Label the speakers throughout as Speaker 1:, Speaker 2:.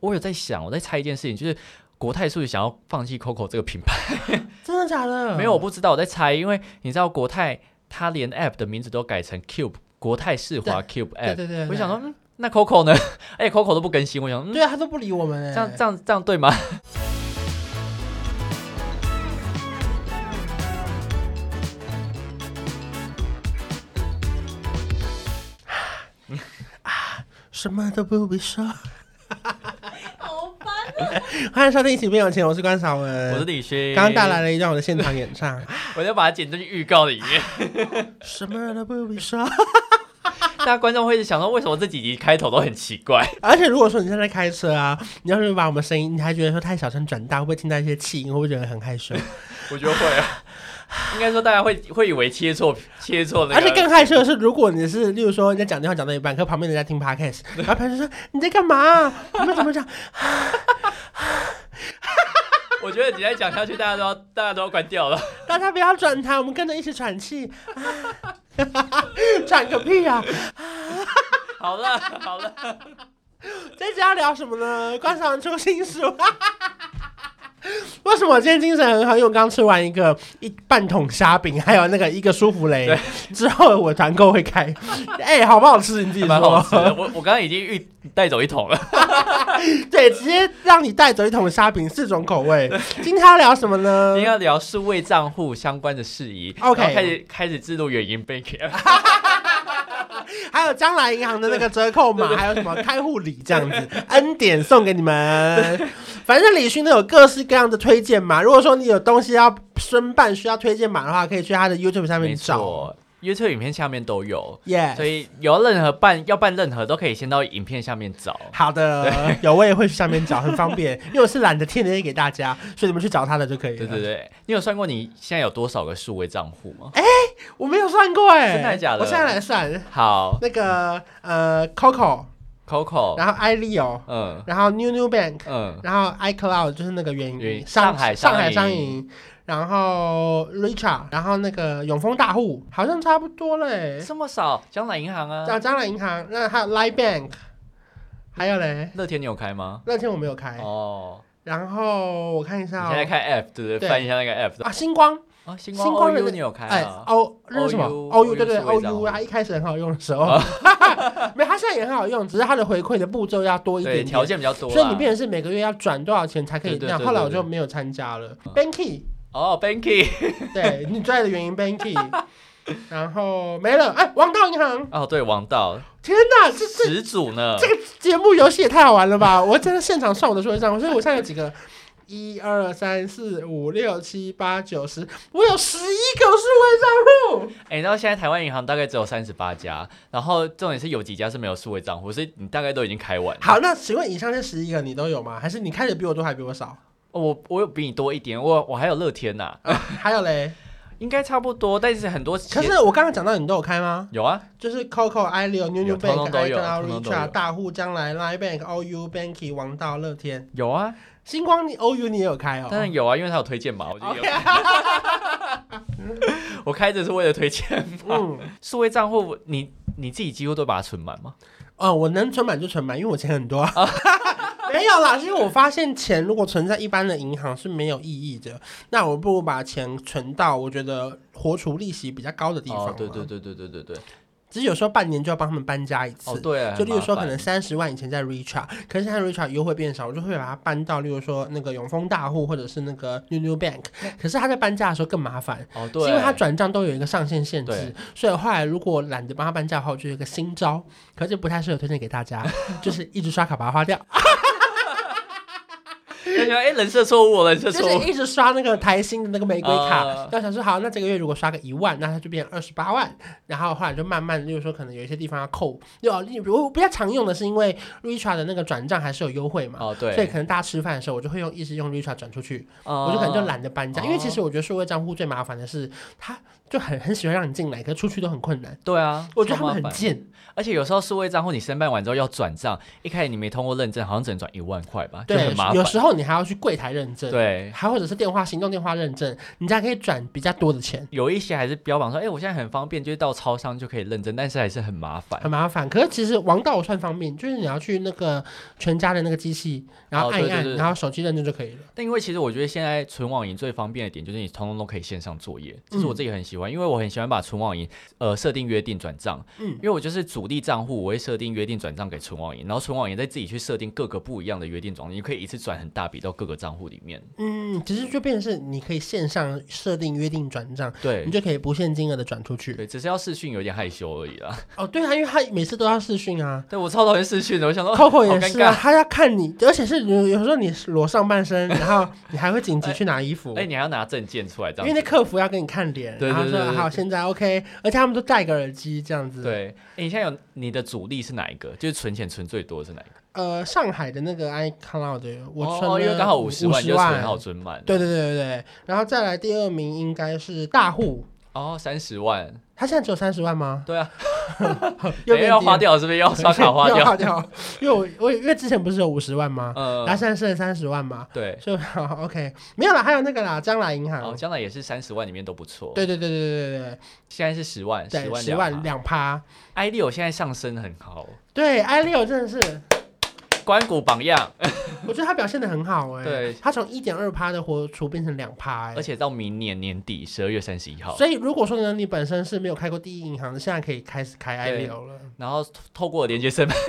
Speaker 1: 我有在想，我在猜一件事情，就是国泰是不是想要放弃 COCO 这个品 牌？
Speaker 2: 真的假的？
Speaker 1: 没有，我不知道，我在猜，因为你知道国泰它连 App 的名字都改成 Cube 国泰世华 Cube
Speaker 2: 对
Speaker 1: App，
Speaker 2: 对对，对
Speaker 1: 我想说，嗯，那 COCO 呢？ 而且 COCO 都不更新，我想，嗯，
Speaker 2: 对啊，他都不理我们哎，
Speaker 1: 这样这样这样对吗？
Speaker 2: 什么都不必说。
Speaker 3: 好吧，
Speaker 2: 欢迎收听《一起变有钱》，我是关少
Speaker 1: 我是
Speaker 2: 文。
Speaker 1: 李勋，
Speaker 2: 刚刚带来，了一段我的现场演 唱，
Speaker 1: 我就把它剪进去预告里面。
Speaker 2: 什么都不必说。
Speaker 1: 大家观众会想说，为什么这几集开头都很奇怪？
Speaker 2: 而且如果说你现在开车啊，你要是把我们声音，你还觉得说太小声转大，会不会听到一些气音？会不会觉得很害羞？
Speaker 1: 我觉得会啊，应该说大家会会以为切错切 错那个，
Speaker 2: 而且更害羞的是，如果你是例如说人家讲电话讲到一半，可旁边人在 听 podcast，然后旁边说你在干嘛？旁边怎么讲？
Speaker 1: 我觉得你再讲下去，大家都要大家都要关掉了。
Speaker 2: 大家不要转台，我们跟着一起喘气。 喘个屁啊！
Speaker 1: 好了好了，
Speaker 2: 这集要聊什么呢？观赏出新书。 为什么我今天精神很好？因为我刚吃完一个一半桶虾饼，还有那个一个舒芙蕾，之后我团购会开。哎、好不好吃？你自己
Speaker 1: 蛮好
Speaker 2: 说。
Speaker 1: 吃的。我我刚刚已经预带走一桶了。
Speaker 2: 对，直接让你带走一桶虾饼，四种口味。今天要聊什么呢
Speaker 1: 今？天要聊数位账户相关的事宜
Speaker 2: OK
Speaker 1: 然后开始开始制度远银 banking，
Speaker 2: 还有将来银行的那个折 扣码，还有什么开户礼这样子， 恩典送给你们。反正李勋呢有各式各样的推荐码，如果说你有东西要申办需要推荐码的话，可以去他的 YouTube 上
Speaker 1: 没
Speaker 2: 面找。哎
Speaker 1: 错，YouTube 影片下面都有，
Speaker 2: 耶、
Speaker 1: 所以有任何办要办任何都可以先到影片下面找。
Speaker 2: 好的，有我也会去上面找，很方便，因为我是懒得贴链接给大家，所以你们去找他的就可以了。
Speaker 1: 对对对，你有算过你现在有多少个数位账户
Speaker 2: 哎
Speaker 1: 吗？
Speaker 2: 我没有算过哎、
Speaker 1: 真的假的
Speaker 2: 我现在来算
Speaker 1: 好
Speaker 2: 那个呃 Coco，
Speaker 1: 哦，Coco，
Speaker 2: 然后 iLeo，
Speaker 1: 嗯
Speaker 2: 然后 New New Bank，
Speaker 1: 嗯，
Speaker 2: 然后 iCloud 就是那个原
Speaker 1: 原
Speaker 2: 因，
Speaker 1: 上海
Speaker 2: 上
Speaker 1: 商
Speaker 2: 海
Speaker 1: 银
Speaker 2: 商银，然后 Richard，然后那个永丰大户，好像差不多嘞。
Speaker 1: 这么少，江南银行啊
Speaker 2: 叫，张兰银行，那还有 Line Bank，还有嘞，
Speaker 1: 乐天你有开吗？
Speaker 2: 那天我没有开。
Speaker 1: 哦，
Speaker 2: 然后我看一
Speaker 1: 你
Speaker 2: 下、
Speaker 1: 现在
Speaker 2: 哦，
Speaker 1: 开 app 对不
Speaker 2: 对
Speaker 1: 对？翻一下那个 app
Speaker 2: 啊，星光，
Speaker 1: 啊，星
Speaker 2: 星光
Speaker 1: 光 OU
Speaker 2: 的
Speaker 1: 你有开
Speaker 2: 哎
Speaker 1: 啊？
Speaker 2: ，O 那是什么
Speaker 1: OU
Speaker 2: ？O U 对对
Speaker 1: 是微
Speaker 2: ，O
Speaker 1: 账
Speaker 2: U
Speaker 1: 户
Speaker 2: 它一开始很好用的时候，
Speaker 1: 哦
Speaker 2: 没，它现在也很好用，只是它的回馈的步骤要多一
Speaker 1: 对，
Speaker 2: 点
Speaker 1: 条
Speaker 2: 点。
Speaker 1: 件比较多啦。啊
Speaker 2: 所以你变成是每个月要转多少钱才可以
Speaker 1: 对对
Speaker 2: 那样，
Speaker 1: 对
Speaker 2: 后来我
Speaker 1: 对
Speaker 2: 就
Speaker 1: 对
Speaker 2: 没有参加了。
Speaker 1: 嗯
Speaker 2: Banky，
Speaker 1: 哦，Banky，
Speaker 2: 对 你最爱的原因 Banky，然后没了。哎，王道银行，
Speaker 1: 哦，对，王道
Speaker 2: 天哪，这这
Speaker 1: 始祖呢？
Speaker 2: 这个节目游戏也太好玩了吧！我真的现场算我的数学账，所以我现在有几个？一二三四五六七八九十，我有十一个数位账户。
Speaker 1: 哎、你知道现在台湾银行大概只有三十八家，然后重点是有几家是没有数位账户，所以你大概都已经开完了。哦
Speaker 2: 好，那请问以上这十一个你都有吗？还是你开的比我多还比我少？
Speaker 1: 哦，我我有比你多一点，我我还有乐天呐、
Speaker 2: 还有嘞，
Speaker 1: 应该差不多，但是很多
Speaker 2: 呃
Speaker 1: 钱
Speaker 2: 可是我刚刚讲到你都有开吗？
Speaker 1: 有啊，
Speaker 2: 就是 Coco、i l o New
Speaker 1: 有
Speaker 2: New
Speaker 1: 通通
Speaker 2: Bank、
Speaker 1: 都有
Speaker 2: iCloud、
Speaker 1: 通通都
Speaker 2: Richard、
Speaker 1: 有
Speaker 2: 大户、将来、Line Bank、OU、Banky、王道、乐天、
Speaker 1: 有啊，
Speaker 2: 星光，你 OU 你也有开哦？哦
Speaker 1: 当然有啊，因为他有推荐嘛，我就有。 我开着是为了推荐嘛。
Speaker 2: 嗯，
Speaker 1: 数位账户，你你自己几乎都把它存满吗？
Speaker 2: 哦，我能存满就存满，因为我钱很多。啊 没有啦，是因为我发现钱如果存在一般的银行是没有意义的，那我不如把钱存到我觉得活储利息比较高的地方、
Speaker 1: 哦，对对，对对对对对。
Speaker 2: 只是有时候半年就要帮他们搬家一次。
Speaker 1: 哦，对啊，
Speaker 2: 就例如
Speaker 1: 很麻
Speaker 2: 说，
Speaker 1: 烦
Speaker 2: 可能三十万以前在 Richard，可是现在 Richard 优惠变少，我就会把它搬到，例如说那个永丰大户或者是那个 New New Bank。可是他在搬家的时候更麻烦，
Speaker 1: 哦，对，
Speaker 2: 是因为他转账都有一个上限限制
Speaker 1: 对，
Speaker 2: 所以后来如果懒得帮他搬家的话，我就有一个新招，可是这不太适合推荐给大家，就是一直刷卡把它花 掉，
Speaker 1: 就觉得哎，人设错误，我人设
Speaker 2: 就
Speaker 1: 错误
Speaker 2: 是。一直刷那个台新的那个玫瑰卡
Speaker 1: 啊。
Speaker 2: 要、想说好，那这个月如果刷个一万，那它就变二十八万，然后后来就慢慢，例如说可能有一些地方要扣，有例如我比较常用的是因为 Richard 的那个转账还是有优惠嘛。
Speaker 1: 哦，对，哦
Speaker 2: 所以可能大家吃饭的时候，我就会用一直用 Richard 转出去，
Speaker 1: 我
Speaker 2: 我就可能就懒得搬家，因为其
Speaker 1: 哦
Speaker 2: 实我觉得数位账户最麻烦的是，它就很很喜欢让你进来，可是出去都很困难。
Speaker 1: 对啊，
Speaker 2: 我觉得
Speaker 1: 超
Speaker 2: 他
Speaker 1: 麻
Speaker 2: 们很
Speaker 1: 烦
Speaker 2: 贱，
Speaker 1: 而且有时候数位账户你申办完之后要转账，一开始你没通过认证，好像只能转一万块吧，就
Speaker 2: 对
Speaker 1: 很麻，
Speaker 2: 有
Speaker 1: 烦。
Speaker 2: 时候你还要去柜台认证，，
Speaker 1: 对，
Speaker 2: 还或者是电话行动电话认证，你才可以转比较多的钱，
Speaker 1: 有一些还是标榜说，哎、我现在很方便，就是到超商就可以认证，但是还是很麻烦。
Speaker 2: 很麻烦。可是其实王道算方便，就是你要去那个全家的那个机器，然后
Speaker 1: 哦
Speaker 2: 按一
Speaker 1: 对对
Speaker 2: 按，
Speaker 1: 对
Speaker 2: 然后手机认证就可以了。
Speaker 1: 但因为其实我觉得现在纯网银最方便的点就是你通通都可以线上作
Speaker 2: 嗯
Speaker 1: 业，这是我自己很喜欢，因为我很喜欢把纯网银呃设定约定转账，
Speaker 2: 嗯
Speaker 1: 因为我就是主力账户，我会设定约定转账给纯网银，然后纯网银再自己去设定各个不一样的约定转账，你可以一次转很大笔到各个账户里面。
Speaker 2: 嗯，只是就变成是你可以线上设定约定转账，
Speaker 1: 对
Speaker 2: 你就可以不限金额的转出去。
Speaker 1: 对，只是要视讯有点害羞而已啦。
Speaker 2: 哦，对啊，因为他每次都要试训啊。
Speaker 1: 对我超讨厌视讯的，我想说
Speaker 2: Coco
Speaker 1: 哦好
Speaker 2: 也
Speaker 1: 尴
Speaker 2: 是啊，
Speaker 1: 尬。
Speaker 2: 他要看你，而且是有有时候你是裸上半身，然后你还会紧急去拿衣服，
Speaker 1: 哎、你还要拿证件出来这
Speaker 2: 因
Speaker 1: 样
Speaker 2: 为
Speaker 1: 子。
Speaker 2: 那客服要跟你看脸，
Speaker 1: 对对
Speaker 2: 然后
Speaker 1: 对
Speaker 2: 说啊
Speaker 1: 对对
Speaker 2: 好现在 OK，而且他们都戴个耳机这样子。，
Speaker 1: 对，哎、你现在有你的主力是哪一个？就是存钱存最多的是哪一个？
Speaker 2: 呃，上海的那个 iCloud 我存
Speaker 1: 哦，
Speaker 2: 了
Speaker 1: 因为刚好
Speaker 2: 五
Speaker 1: 十
Speaker 2: 万，
Speaker 1: 万就存好存满。
Speaker 2: 对对对对对，然后再来第二名应该是大户，
Speaker 1: 哦，三十万，
Speaker 2: 他现在只有三十万吗？
Speaker 1: 对啊，
Speaker 2: 又
Speaker 1: 等一下
Speaker 2: 变
Speaker 1: 要
Speaker 2: 低
Speaker 1: 花 掉是不是？要刷卡花
Speaker 2: 要
Speaker 1: 掉？
Speaker 2: 花掉，因为我我因为之前不是有五十 万吗？
Speaker 1: 呃
Speaker 2: 然，后现在剩三十万嘛，
Speaker 1: 对，
Speaker 2: 就好 OK 没有了，还有那个啦，将来银
Speaker 1: 哦，
Speaker 2: 行，
Speaker 1: 将来也是三十万里面都不错。，
Speaker 2: 对对对对对对
Speaker 1: 现在是十万，
Speaker 2: 对
Speaker 1: 十
Speaker 2: 对，
Speaker 1: 万，
Speaker 2: 十万。两趴，
Speaker 1: I 六现在上升很好，
Speaker 2: 对 i 六真的是，
Speaker 1: 关谷榜样，
Speaker 2: 我觉得他表现的很好哎、
Speaker 1: 对
Speaker 2: 他从一点二趴的活储变成两趴哎
Speaker 1: 而，且到明年年底十二月三十一号，
Speaker 2: 所以如果说呢，你本身是没有开过第一银行的，现在可以开始开 i
Speaker 1: 对
Speaker 2: 六了，
Speaker 1: 然后透过我连接申办，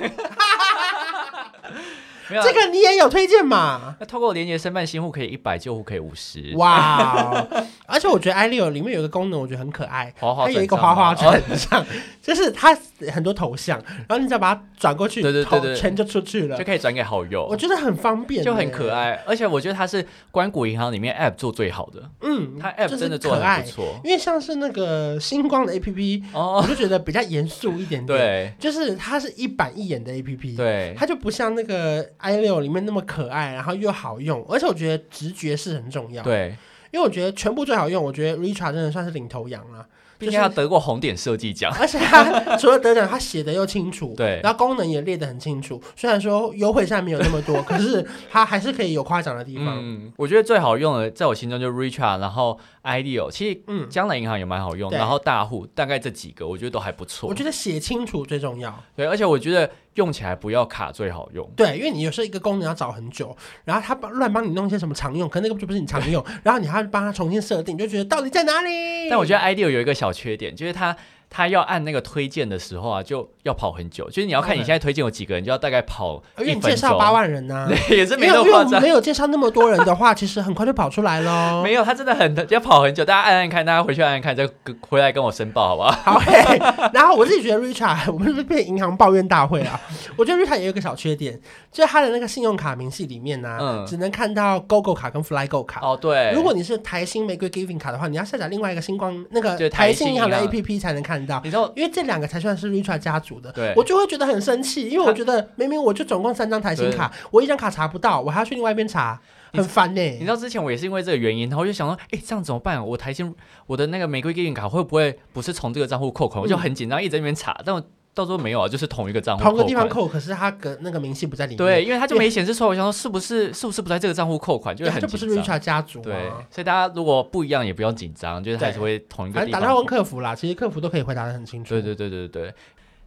Speaker 1: 没有啊
Speaker 2: 这个你也有推荐嘛？
Speaker 1: 那透过连接申办新户可以一百，旧户可以五十，
Speaker 2: 哇哦，而且我觉得 i 六里面有一个功能，我觉得很可爱，
Speaker 1: 滑滑
Speaker 2: 它有一个
Speaker 1: 转账吗
Speaker 2: 滑滑转账，就是它很多头像，然后你只要把它转过去，
Speaker 1: 对对对
Speaker 2: 头
Speaker 1: 对
Speaker 2: 钱就出去
Speaker 1: 哦
Speaker 2: 了
Speaker 1: 就。可以转给好
Speaker 2: 我
Speaker 1: 友，
Speaker 2: 觉得很方便，欸
Speaker 1: 就很可。爱。而且我觉得它是关谷银行里面 App 做最好的，
Speaker 2: 嗯，
Speaker 1: 它 App
Speaker 2: 就是
Speaker 1: 真的做
Speaker 2: 可
Speaker 1: 的很
Speaker 2: 爱
Speaker 1: 不错。
Speaker 2: 因为像是那个星光的 APP，我
Speaker 1: 哦，
Speaker 2: 就觉得比较严肃一点点。，
Speaker 1: 对
Speaker 2: 就是它是一板一眼的 APP。。
Speaker 1: 对，
Speaker 2: 它就不像那个 i 六里面那么可爱，然后又好用，而且我觉得直觉是很重要。，
Speaker 1: 对，
Speaker 2: 因为我觉得全部最好用，我觉得 Richard 真的算是领头羊 了、
Speaker 1: 并且他得过红点设计奖。
Speaker 2: 而且他除了得奖，他写的又清楚，
Speaker 1: 对
Speaker 2: 然后功能也列得很清楚。虽然说优惠现在没有那么 多，可是他还是可以有夸奖的地方。
Speaker 1: 嗯，我觉得最好用的，在我心中就是 Richard，然后 IDEO，其实
Speaker 2: 嗯
Speaker 1: 江南银行也蛮好用，
Speaker 2: 对
Speaker 1: 然后大户大概这几个我觉得都还不错
Speaker 2: 我。觉得写清楚最重要，
Speaker 1: 对，而且我觉得用起来不要卡最好用。
Speaker 2: 对，因为你有时候一个功能要找很久，然后他帮乱帮你弄一些什么常用，可那个就不是你常 用，然后你还要帮他重新设定，你就觉得到底在哪里？
Speaker 1: 但我觉
Speaker 2: 得
Speaker 1: 得 IDEO 有一个小缺点，就是它它要按那个推荐的时候啊，就要跑很久，就是你要看你现在推荐有几个人，就要大概跑
Speaker 2: 嗯哦因
Speaker 1: 一
Speaker 2: 为你介
Speaker 1: 分
Speaker 2: 绍
Speaker 1: 钟。
Speaker 2: 八万人呐、
Speaker 1: 对，也是
Speaker 2: 没
Speaker 1: 没那
Speaker 2: 有，
Speaker 1: 么
Speaker 2: 因为
Speaker 1: 夸
Speaker 2: 我们
Speaker 1: 张
Speaker 2: 没。有介绍那么多人的话，其实很快就跑出来喽。
Speaker 1: 没有，他真的很要跑很久，大家按按看，大家回去按按看，再跟回来跟我申报，好不 好？
Speaker 2: 好、欸，然后我自己觉得 Richard，我们是 不是变银行抱怨大会啊？我觉得 Richard 也有一个小缺点，就是他的那个信用卡明细里面呢、
Speaker 1: 嗯
Speaker 2: 只能看到 GoGo 卡跟 FlyGo 卡。
Speaker 1: 哦，对，
Speaker 2: 如果你是台新玫瑰 Giving 卡的话，你要下载另外一个星光那个
Speaker 1: 对
Speaker 2: 台
Speaker 1: 台
Speaker 2: 新
Speaker 1: 新
Speaker 2: 银行的
Speaker 1: 银行
Speaker 2: APP 才能看到，
Speaker 1: 你知道
Speaker 2: 因为这两个才算是 Richard 家族的。
Speaker 1: 对
Speaker 2: 我就会觉得很生气，因为我觉得明明我就总共三张台新卡，我一张卡查不到，我还要去另外一边查，
Speaker 1: 你
Speaker 2: 很烦呢、
Speaker 1: 你知道之前我也是因为这个原因，然后我就想说，哎、这样怎么办？我台新我的那个玫瑰金卡会不会不是从这个账户扣款？我就很紧张，一直在那边查，但我到最后没有啊，就是同一个账户
Speaker 2: 嗯同个地方
Speaker 1: 扣款。
Speaker 2: 扣，可是他的那个明细不在里面，
Speaker 1: 对，，因为它就没显示出来，我想说是不是是不是不在这个账户扣款，就是
Speaker 2: 他
Speaker 1: 很
Speaker 2: 就
Speaker 1: 紧
Speaker 2: 不
Speaker 1: 张。
Speaker 2: 是 Richard 家族、啊。
Speaker 1: 对，所以大家如果不一样也不要紧张，就是还是会同一个
Speaker 2: 反
Speaker 1: 地
Speaker 2: 正打电话问
Speaker 1: 方。
Speaker 2: 客服啦，其实客服都可以回答的很清楚。
Speaker 1: 对，对对对对。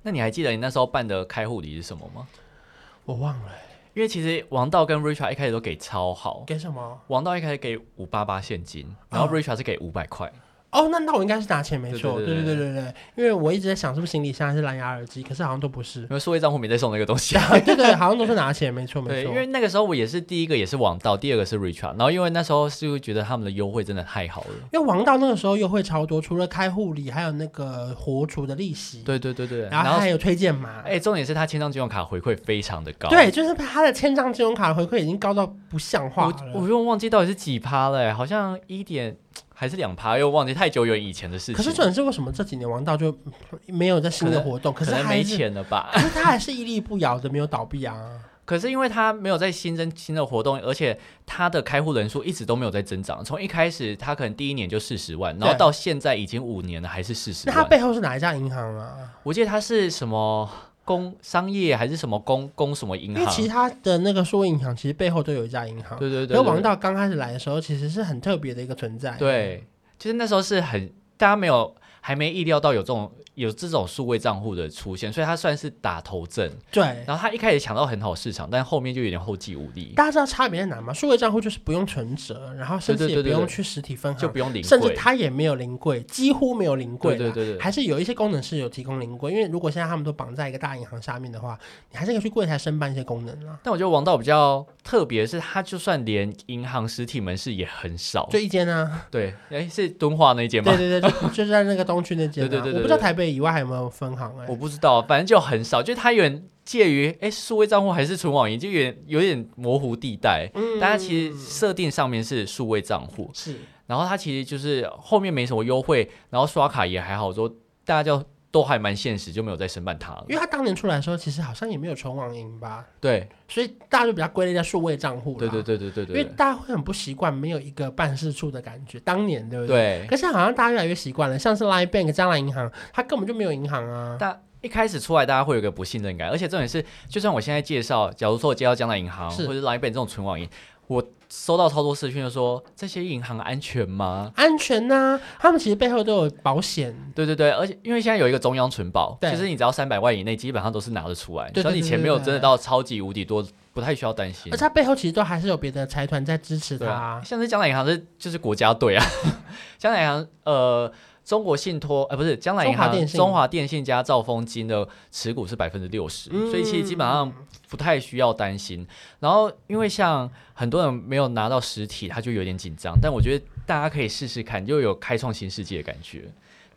Speaker 1: 那你还记得你那时候办的开户礼是什么吗？
Speaker 2: 我忘了
Speaker 1: 因为其实王道跟 Richard 一开始都给超好，
Speaker 2: 给什么。
Speaker 1: 王道一开始给五八八现金，然后 Richard 是给五百块。
Speaker 2: 哦，那那我应该是拿钱没错，
Speaker 1: 对
Speaker 2: 对
Speaker 1: 对对
Speaker 2: 对对对对，因为我一直在想是不是行李箱还是蓝牙耳机，可是好像都不是 啊
Speaker 1: 因，为数位 账户没再送那个东西。
Speaker 2: 对对对，好像都是拿钱没错没
Speaker 1: 对，
Speaker 2: 错
Speaker 1: 因。为那个时候我也是第一个也是王道，第二个是 Richard，然后因为那时候是觉得他们的优惠真的太好了。
Speaker 2: 因为王道那个时候优惠超多，除了开户礼，还有那个活储的利息，
Speaker 1: 对对对对，
Speaker 2: 然
Speaker 1: 然
Speaker 2: 后
Speaker 1: 后
Speaker 2: 还有推荐码。
Speaker 1: 哎、重点是他千张金融卡回馈非常的高。
Speaker 2: 对，就是他的千张金融卡回馈已经高到不像话
Speaker 1: 我
Speaker 2: 了。
Speaker 1: 我又忘记到底是几趴了、欸好像一点还是两趴，又忘记太久远以前的事情。
Speaker 2: 可是，准是为什么这几年王道就 没有在新的
Speaker 1: 可能
Speaker 2: 活动？可是
Speaker 1: 能
Speaker 2: 还
Speaker 1: 没
Speaker 2: 是，
Speaker 1: 钱了吧？
Speaker 2: 可是他还是屹立不摇的，没有倒闭啊。
Speaker 1: 可是因为他没有在新增新的活动，而且他的开户人数一直都没有在增长。从一开始他可能第一年就四十万，然后
Speaker 2: 对
Speaker 1: 到现在已经五年了，还是四十
Speaker 2: 那
Speaker 1: 万。
Speaker 2: 他背后是哪一家银行啊？
Speaker 1: 我记得他是什么工商业还是什么工工什么银
Speaker 2: 因为
Speaker 1: 行？
Speaker 2: 其他的那个数位银行其实背后都有一家银行。
Speaker 1: 对对对，
Speaker 2: 然后王
Speaker 1: 对
Speaker 2: 道刚开始来的时候，其实是很特别的一个存在。
Speaker 1: 对，就是那时候是很大家没有还没意料到有这种有这种数位账户的出现，所以它算是打头阵。
Speaker 2: 对，
Speaker 1: 然后他一开始抢到很好市场，但后面就有点后继无力，
Speaker 2: 大家知道差别在哪吗？数位账户就是不用存折，然后甚至
Speaker 1: 对对
Speaker 2: 也
Speaker 1: 对
Speaker 2: 不
Speaker 1: 对
Speaker 2: 用
Speaker 1: 对
Speaker 2: 去实体分
Speaker 1: 就
Speaker 2: 行，
Speaker 1: 不用领
Speaker 2: 甚至
Speaker 1: 柜。
Speaker 2: 它也没有临柜，几乎没有临柜
Speaker 1: 对
Speaker 2: 啦。
Speaker 1: 对对对，
Speaker 2: 还是有一些功能是有提供临柜，因为如果现在他们都绑在一个大银行下面的话，你还是可以去柜台申办一些功能啊，
Speaker 1: 但我觉得王道比较特别，是他就算连银行实体门市也很少。
Speaker 2: 就一间啊，
Speaker 1: 对，哎，是敦化那一哦间吗
Speaker 2: 对？对对，就就是在那个东区那间、啊，
Speaker 1: 对对对对对
Speaker 2: 我不知道台北以外还有没有分行哎、
Speaker 1: 我不知道，反正就很少，就它有点介于哎数位账户还是纯网银，就有点有点模糊地带。
Speaker 2: 嗯
Speaker 1: 但它其实设定上面是数位账户，
Speaker 2: 是
Speaker 1: 然后它其实就是后面没什么优惠，然后刷卡也还好，说大家就都还蛮现实，就没有再申办它了
Speaker 2: 因为。它当年出来的时候，其实好像也没有存网银吧，
Speaker 1: 对
Speaker 2: 所以大家就比较归类在数位账户啦
Speaker 1: 对对对对对
Speaker 2: 因为
Speaker 1: 对
Speaker 2: 大家会很不习惯没有一个办事处的感觉，当年对不
Speaker 1: 对
Speaker 2: 对？
Speaker 1: 对。
Speaker 2: 可是好像大家越来越习惯了，像是 Line Bank、将来银行，它根本就没有银行啊。
Speaker 1: 大一开始出来，大家会有一个不信任感，而且重点是，就算我现在介绍，假如说我介绍江南银行
Speaker 2: 是
Speaker 1: 或者 Line Bank 这种存网银，我收到超多私讯就说这些银行安全吗？
Speaker 2: 安全呐、他们其实背后都有保险，
Speaker 1: 对对对，而且因为现在有一个中央存保，
Speaker 2: 对
Speaker 1: 就是你只要三百万以内，基本上都是拿得出来，
Speaker 2: 对对
Speaker 1: 只要你
Speaker 2: 对
Speaker 1: 钱
Speaker 2: 对
Speaker 1: 没有
Speaker 2: 对
Speaker 1: 真的到超级无敌多，不太需要担心
Speaker 2: 而且。它背后其实都还是有别的财团在支持它、
Speaker 1: 对啊，像是江南银行是就是国家队啊， 江南银行呃。中国信托，呃，不是江南银
Speaker 2: 中华
Speaker 1: 行
Speaker 2: 电、信
Speaker 1: 中华电信加兆丰金的持股是百分之六十，所以其实基本上
Speaker 2: 嗯
Speaker 1: 不太需要担心。然后，因为像很多人没有拿到实体，他就有点紧张。但我觉得大家可以试试看，就有开创新世界的感觉。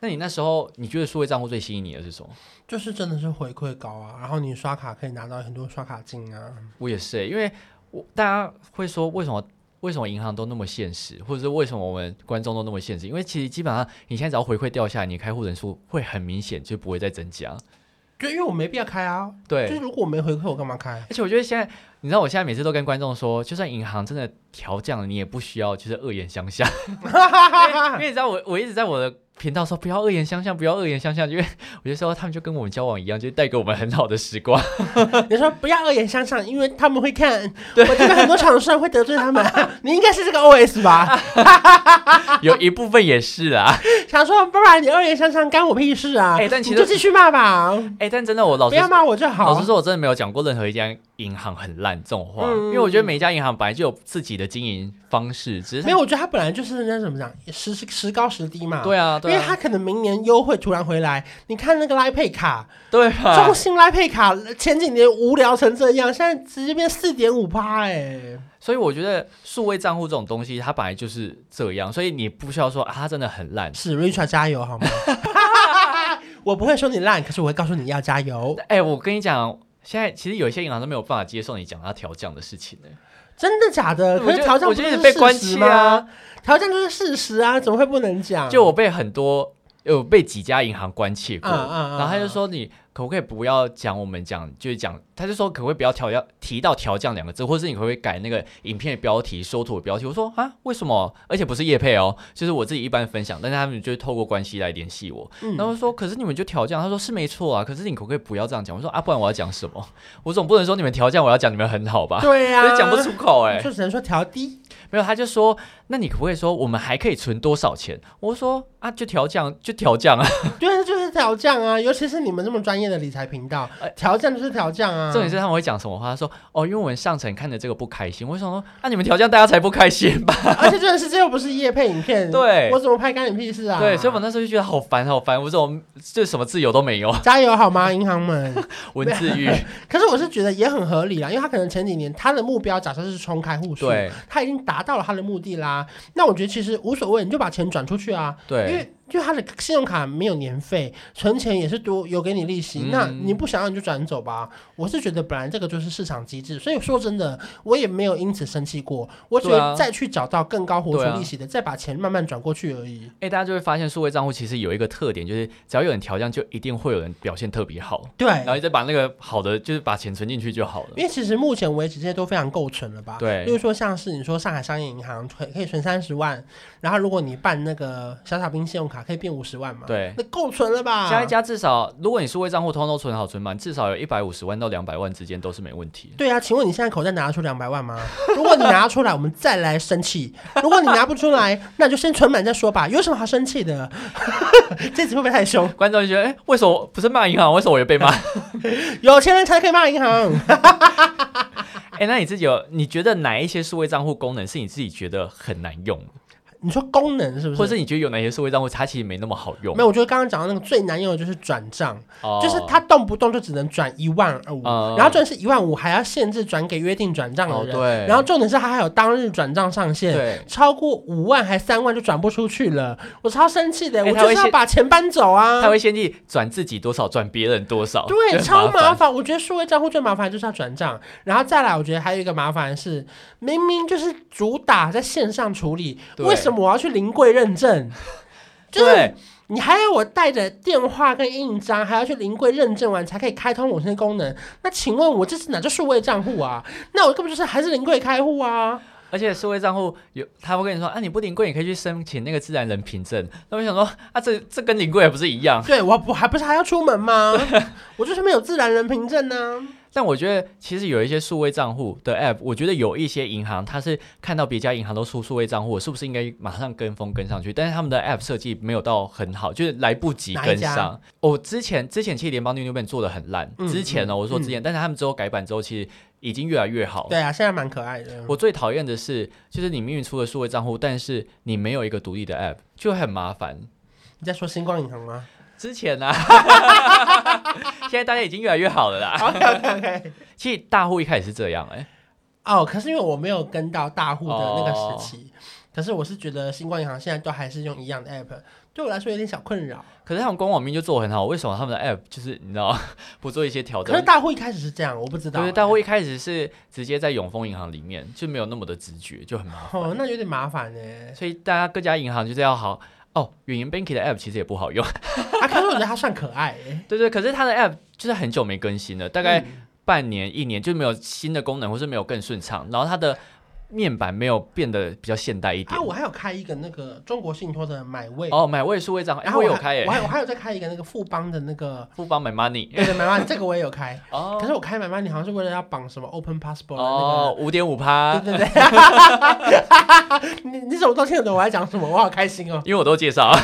Speaker 1: 那你那时候，你觉得数位账户最吸引你的是什么？
Speaker 2: 就是真的是回馈高啊。然后你刷卡可以拿到很多刷卡金啊，
Speaker 1: 我也是欸、因为我大家会说为什么为什么银行都那么现实，或者是为什么我们观众都那么现实？因为其实基本上你现在只要回馈掉下来，你开户人数会很明显就不会再增加。
Speaker 2: 就因为我没必要开啊。就是
Speaker 1: 对，
Speaker 2: 如果我没回馈，我干嘛开？
Speaker 1: 而且我觉得现在，你知道我现在每次都跟观众说，就算银行真的调降了，你也不需要就是恶言相 向。
Speaker 2: 啊
Speaker 1: 因为你知道我我一直在我的频道说不要恶言相向，不要恶言相向，因为我就说他们就跟我们交往一样，就带给我们很好的时 光。
Speaker 2: 你说不要恶言相向，因为他们会看。 我觉得很多厂商会得罪他们。 你应该是这个 OS
Speaker 1: 啊
Speaker 2: 吧？
Speaker 1: 有一部分也是啊，
Speaker 2: 想说，不然你恶言相向干我屁事啊？
Speaker 1: 哎但其
Speaker 2: 你
Speaker 1: 实
Speaker 2: 就继续骂吧，
Speaker 1: 哎、但真的我老
Speaker 2: 不
Speaker 1: 实
Speaker 2: 要骂我就
Speaker 1: 老
Speaker 2: 好啊
Speaker 1: 实。说，我真的没有讲过任何一家银行很烂这种话，
Speaker 2: 嗯
Speaker 1: 因为我觉得每一家银行本来就有自己的经营方式，只是它
Speaker 2: 没有，我觉得他本来就是那怎么讲，时时高时低嘛。
Speaker 1: 对啊，
Speaker 2: 因
Speaker 1: 对
Speaker 2: 为
Speaker 1: 啊，
Speaker 2: 他可能明年优惠突然回来，你看那个拉配卡，
Speaker 1: 对吧
Speaker 2: 中？信拉配卡前几年无聊成这样，现在直接变四点五趴哎，
Speaker 1: 所以我觉得数位账户这种东西，它本来就是这样，所以你不需要说啊，它真的很烂。
Speaker 2: 是 Richard 加油 好吗？我不会说你烂，可是我会告诉你要加油，
Speaker 1: 哎、我跟你讲，现在其实有一些银行都没有办法接受你讲它调降的事情呢、
Speaker 2: 真的假的？
Speaker 1: 我
Speaker 2: 呃可
Speaker 1: 就是
Speaker 2: 调降
Speaker 1: 我就
Speaker 2: 不
Speaker 1: 是一直被关
Speaker 2: 事实
Speaker 1: 切
Speaker 2: 吗
Speaker 1: 啊？，
Speaker 2: 调降就是事实啊，怎么会不能讲？
Speaker 1: 就我被很多有被几家银行关切过，
Speaker 2: 嗯嗯嗯
Speaker 1: 然后他就说你可不可以不要讲我们讲，就是讲，他就说可不可以不要调要提到调降两个字，或是你可不可以改那个影片的标题、收图的标题？我说啊，为什么？而且不是叶配哦，就是我自己一般分享，但是他们就是透过关系来联系我，
Speaker 2: 嗯
Speaker 1: 然后说可是你们就调降，他说是没错啊，可是你可不可以不要这样讲？我说啊，不然我要讲什么？我总不能说你们调降，我要讲你们很好吧？
Speaker 2: 对啊呀、
Speaker 1: 就讲不出口哎、
Speaker 2: 就只能说调低。
Speaker 1: 没有，他就说，那你可不可以说我们还可以存多少钱？我说啊，就调降，就调降啊。
Speaker 2: 对，就是调降啊，尤其是你们这么专业的理财频道
Speaker 1: 哎，
Speaker 2: 调降就是调降啊。
Speaker 1: 重点是他们会讲什么话？他说哦，因为我们上层看着这个不开心。我想说，啊，你们调降大家才不开心 吧？
Speaker 2: 而且这件事这又不是夜配影片，
Speaker 1: 对
Speaker 2: 嗯我怎么拍干你屁事啊？
Speaker 1: 对，所以我那时候就觉得好烦，好烦，我这种就什么自由都没有，
Speaker 2: 加油好吗，银行们？
Speaker 1: 文字狱。
Speaker 2: 可是我是觉得也很合理啦，因为他可能前几年他的目标假设是冲开户数，
Speaker 1: 对
Speaker 2: 他已经达到了他的目的啦。那我觉得其实无所谓，你就把钱转出去啊，因
Speaker 1: 对
Speaker 2: 为就他的信用卡没有年费，存钱也是多有给你利息，
Speaker 1: 嗯
Speaker 2: 那你不想要你就转走吧。我是觉得本来这个就是市场机制，所以说真的我也没有因此生气过，我只
Speaker 1: 对啊
Speaker 2: 会再去找到更高活
Speaker 1: 对
Speaker 2: 出
Speaker 1: 啊
Speaker 2: 利息的，再把钱慢慢转过去而已。
Speaker 1: 哎、大家就会发现数位账户其实有一个特点，就是只要有人调降，就一定会有人表现特别好，
Speaker 2: 对，
Speaker 1: 然后你再把那个好的，就是把钱存进去就好了
Speaker 2: 因。为其实目前为止这些都非常够存了吧？
Speaker 1: 对
Speaker 2: 例如说像是你说上海商业银行可可以存三十万，然后如果你办那个小小兵信用卡可以变五十万嘛？，
Speaker 1: 对，
Speaker 2: 那够存了吧？
Speaker 1: 加一加至少，如果你数位账户通通存好存满，至少有一百五十万到两百万之间都是没问题。
Speaker 2: 对啊，请问你现在口袋拿得出两百万吗？如果你拿得出来，我们再来生气； 如果你拿不出来，那就先存满再说吧。有什么好生气的？ 这集会不会太凶？
Speaker 1: 观众就觉得，哎、为什么我不是骂银行，为什么我也被 骂？
Speaker 2: 有钱人才可以骂银行。
Speaker 1: 哎、那你自己有，你觉得哪一些数位账户功能是你自己觉得很难用，
Speaker 2: 你说功能是不是？
Speaker 1: 或者是你觉得有哪些数位账户它其实没那么好用
Speaker 2: 没？有，我觉得刚刚讲到那个最难用的就是转账，
Speaker 1: 哦
Speaker 2: 就是它动不动就只能转一万五、
Speaker 1: 嗯
Speaker 2: 然后转是一万五，还要限制转给约定转账的
Speaker 1: 哦
Speaker 2: 人。
Speaker 1: 对，
Speaker 2: 然后重点是它还有当日转账上限，
Speaker 1: 对。
Speaker 2: 超过五万还三万就转不出去了，我超生气的，
Speaker 1: 哎
Speaker 2: 我
Speaker 1: 它
Speaker 2: 就
Speaker 1: 会
Speaker 2: 是要
Speaker 1: 先
Speaker 2: 把钱搬走啊
Speaker 1: 他。会先去转自己多少，转别人多少，就
Speaker 2: 对，
Speaker 1: 很
Speaker 2: 超麻
Speaker 1: 烦。
Speaker 2: 烦。我觉得数位账户最麻烦就是要转账，然后再来，我觉得还有一个麻烦是，明明就是主打在线上处理，
Speaker 1: 对
Speaker 2: 为什么我要去临柜认证？就是
Speaker 1: 对，
Speaker 2: 你还要我带着电话跟印章，还要去临柜认证完才可以开通我现在功能。那请问我这是哪叫数位账户啊？那我根本就是还是临柜开户啊！
Speaker 1: 而且社会账户有，他会跟你说啊，你不临柜，你可以去申请那个自然人凭证。那我想说啊，这这跟临柜也不是一样。
Speaker 2: 对我不还不是还要出 门吗？我就是没有自然人凭证呢、
Speaker 1: 但我觉得其实有一些数位账户的 app，我觉得有一些银行它是看到别家银行都出数位账户，我是不是应该马上跟风跟上去？但是他们的 app 设计没有到很好，就是来不及
Speaker 2: 哪一
Speaker 1: 跟
Speaker 2: 家
Speaker 1: 上。我、之前之前其实联邦 New New Bank 做的很烂，
Speaker 2: 嗯
Speaker 1: 之前呢、
Speaker 2: 嗯
Speaker 1: 我说之前，但是他们之后改版之后，其实已经越来越好。
Speaker 2: 对啊，现在蛮可爱的。
Speaker 1: 哦我最讨厌的是，就是你明明出了数位账户，但是你没有一个独立的 app，就很麻烦。
Speaker 2: 你在说星光银行 吗
Speaker 1: 之前 呢、啊，现在大家已经越来越好了啦。
Speaker 2: ？OK OK OK。
Speaker 1: 其实大户一开始是这样、欸，哎，
Speaker 2: 哦，可是因为我没有跟到大户的那个时期，可是我是觉得星光银行现在都还是用一样的 app，对我来说有点小困扰。
Speaker 1: 可是他们官网名就做得很好，为什么他们的 app 就是你知道 不做一些调
Speaker 2: 可是
Speaker 1: 整？
Speaker 2: 大户一开始是这样，我不知道、欸
Speaker 1: 对，大户一开始是直接在永丰银行里面，就没有那么的直觉，就很麻烦。
Speaker 2: 哦，那有点麻烦呢、
Speaker 1: 所以大家各家银行就是要好哦，远银 Banky 的 app 其实也不好用，
Speaker 2: 啊，可是我觉得它算可爱、欸，
Speaker 1: 对对。可是它的 app 就是很久没更新了，大
Speaker 2: 大
Speaker 1: 概半年、一年就没有新的功能，或是没有更顺畅，然后它的面板没有变得比较现代一点
Speaker 2: 啊，。我还有开一个那个中国信托的买位，
Speaker 1: 哦，买位数位账号，哎、
Speaker 2: 然后
Speaker 1: 我
Speaker 2: 啊我
Speaker 1: 有
Speaker 2: 还
Speaker 1: 开耶、
Speaker 2: 我还我还有再开一个那个富邦的 那个。
Speaker 1: 富邦买 money
Speaker 2: 对对，买万这个我也有开，
Speaker 1: 哦
Speaker 2: 可是我开买万你好像是为了要绑什么 Open Passport 的
Speaker 1: 哦
Speaker 2: 那
Speaker 1: 五点五趴，
Speaker 2: 个，对 对 对，你你怎么都听得懂我在讲什么？我好开心哦！
Speaker 1: 因为我都介绍。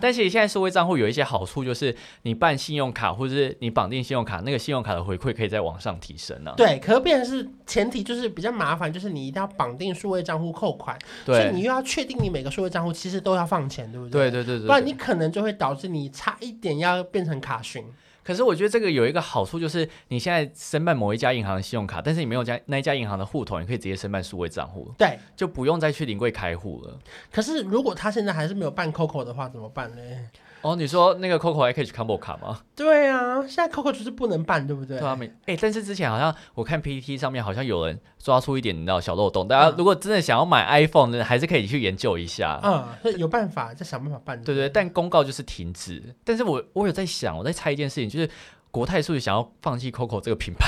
Speaker 1: 但其实现在数位账户有一些好处，就是你办信用卡或者是你绑定信用卡，那个信用卡的回馈可以再往上提升呢、啊。
Speaker 2: 对，可是变成是前提就是比较麻烦，就是你一定要绑定数位账户扣款，所以
Speaker 1: 对
Speaker 2: 你又要确定你每个数位账户其实都要放钱，对不
Speaker 1: 对
Speaker 2: 对？
Speaker 1: 对对对
Speaker 2: 不然
Speaker 1: 对。
Speaker 2: 你可能就会导致你差一点要变成卡询。
Speaker 1: 可是我觉得这个有一个好处，就是你现在申办某一家银行的信用卡，但是你没有家那一家银行的户头，你可以直接申办数位账户，
Speaker 2: 对，
Speaker 1: 就不用再去临柜开户了。
Speaker 2: 可是如果他现在还是没有办 COCO 的话，怎么办呢？
Speaker 1: 哦，你说那个 Coco H Combo 卡吗？
Speaker 2: 对啊，现在 COCO 就是不能办，对不对？
Speaker 1: 对啊，没哎、但是之前好像我看 PPT 上面好像有人抓出一点你知道小漏洞，大家
Speaker 2: 嗯
Speaker 1: 如果真的想要买 iPhone 的，还是可以去研究一下。
Speaker 2: 嗯，所以有办法再想办法办。
Speaker 1: 对对，但公告就是停止。但是我我有在想，我在猜一件事情，就是国泰是不是想要放弃 COCO 这个品牌？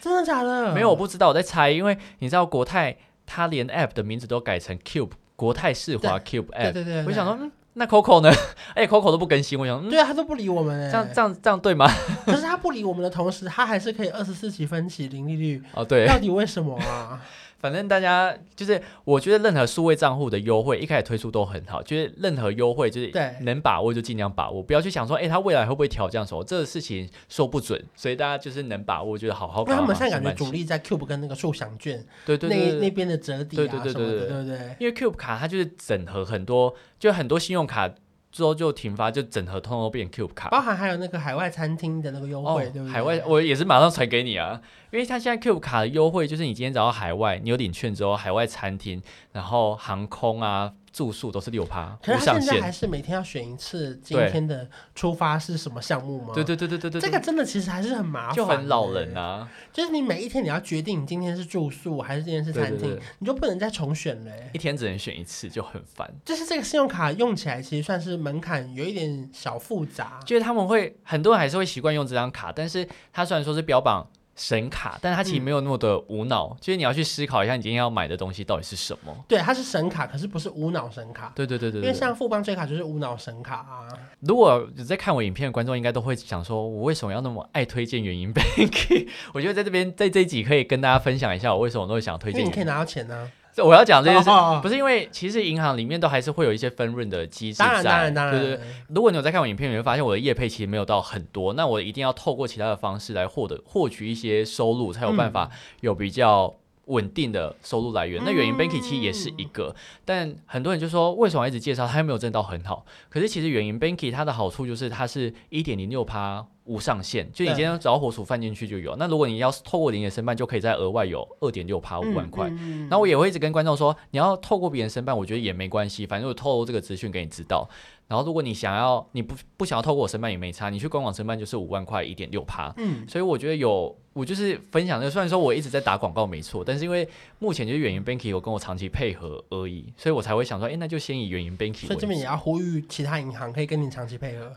Speaker 2: 真的假 的？
Speaker 1: 没有，我不知道，我在猜，因为你知道国泰它连 App 的名字都改成 Cube 国泰世华 Cube
Speaker 2: 对
Speaker 1: App，
Speaker 2: 对对，
Speaker 1: 我
Speaker 2: 对
Speaker 1: 想说，，嗯，那 COCO 呢？ 哎、c o c o 都不更新，我想，嗯，
Speaker 2: 对啊，他都不理我们哎。
Speaker 1: 这样这样这样对吗？
Speaker 2: 可是他不理我们的同时，他还是可以二十四期分期零利率，
Speaker 1: 哦，对，
Speaker 2: 到底为什么啊？
Speaker 1: 反正大家就是，我觉得任何数位账户的优惠一开始推出都很好，就是任何优惠就是
Speaker 2: 对
Speaker 1: 能把握就尽量把握，不要去想说，哎、它未来会不会调降什么，这个事情说不准，所以大家就是能把握，就是好好把
Speaker 2: 那
Speaker 1: 握。
Speaker 2: 他们现在感觉主
Speaker 1: 慢慢
Speaker 2: 力在 Cube 跟那个数享券
Speaker 1: 想对对对
Speaker 2: 那那边的折抵
Speaker 1: 对
Speaker 2: 啊
Speaker 1: 对对
Speaker 2: 什么的，
Speaker 1: 对对
Speaker 2: 对不对？
Speaker 1: 因为 Cube 卡它就是整合很多，就很多信用卡之后就停发，就整合通通变 Cube 卡。
Speaker 2: 包含还有那个海外餐厅的那个优惠，对不对？
Speaker 1: 哦海外我也是马上传给你啊，因为它现在 Cube 卡的优惠就是你今天找到海外，你有领券之后，海外餐厅、然后航空啊、住宿都是六趴
Speaker 2: 可
Speaker 1: 无
Speaker 2: 是他
Speaker 1: 上
Speaker 2: 现在
Speaker 1: 限。
Speaker 2: 还是每天要选一次今
Speaker 1: 对
Speaker 2: 天的出发是什么项目吗？
Speaker 1: 对对对对对对，
Speaker 2: 啊这个真的其实还是很麻烦，
Speaker 1: 就很老人。啊。
Speaker 2: 就是你每一天你要决定你今天是住宿还是今天是
Speaker 1: 对对
Speaker 2: 餐厅
Speaker 1: 对，
Speaker 2: 你就不能再重选了欸。
Speaker 1: 一天只能选一次，就很烦。
Speaker 2: 就是这个信用卡用起来其实算是门槛有一点小复杂，
Speaker 1: 就是他们会很多人还是会习惯用这张卡，但是它虽然说是标榜神卡，但它
Speaker 2: 嗯
Speaker 1: 其实没有那么的无脑，就是你要去思考一下你今天要买的东西到底是什么。
Speaker 2: 对，它是神卡，可是不是无脑神卡。
Speaker 1: 对对对对
Speaker 2: 因
Speaker 1: 对
Speaker 2: 为像富邦追卡就是无脑神卡啊，
Speaker 1: 如果有在看我影片的观众，应该都会想说，我为什么要那么爱推荐原因 Bank？我觉得在这边在这一集可以跟大家分享一下，我为什么那么想推
Speaker 2: 因
Speaker 1: 荐
Speaker 2: 为
Speaker 1: 原
Speaker 2: 你
Speaker 1: 因
Speaker 2: 可以拿到钱呢、
Speaker 1: 这我要讲这件 事，
Speaker 2: 哦哦哦
Speaker 1: 不是因为其实银行里面都还是会有一些分润的机制
Speaker 2: 当然，
Speaker 1: 在，
Speaker 2: 当然，当然，
Speaker 1: 对对对。如果你有在看我影片，你会发现我的业配其实没有到很多，那我一定要透过其他的方式来获得获取一些收入，才有办法有比较。稳定的收入来源，那远银 Banky 其实也是一个，但很多人就说为什么一直介绍它又没有挣到很好？可是其实远银 Banky 它的好处就是它是一点零六趴无上限，就你今
Speaker 2: 对
Speaker 1: 天只要火鼠饭进去就有。那如果你要是透过零点申办，就可以再额外有二点六趴五万块。
Speaker 2: 嗯
Speaker 1: 那我也会一直跟观众说，你要透过别人申办，我觉得也没关系，反正我透露这个资讯给你知道。然后如果你想要，你不不想要透过我申办也没差，你去官网申办就是五万块一点六趴。
Speaker 2: 嗯，
Speaker 1: 所以我觉得有，我就是分享这个。虽然说我一直在打广告没错，但是因为目前就是远银 Banky 有跟我长期配合而已，所以我才会想说，哎，那就先以远银 Banky
Speaker 2: 所
Speaker 1: 为
Speaker 2: 以这边也
Speaker 1: 主。，
Speaker 2: 要呼吁其他银行可以跟你长期配合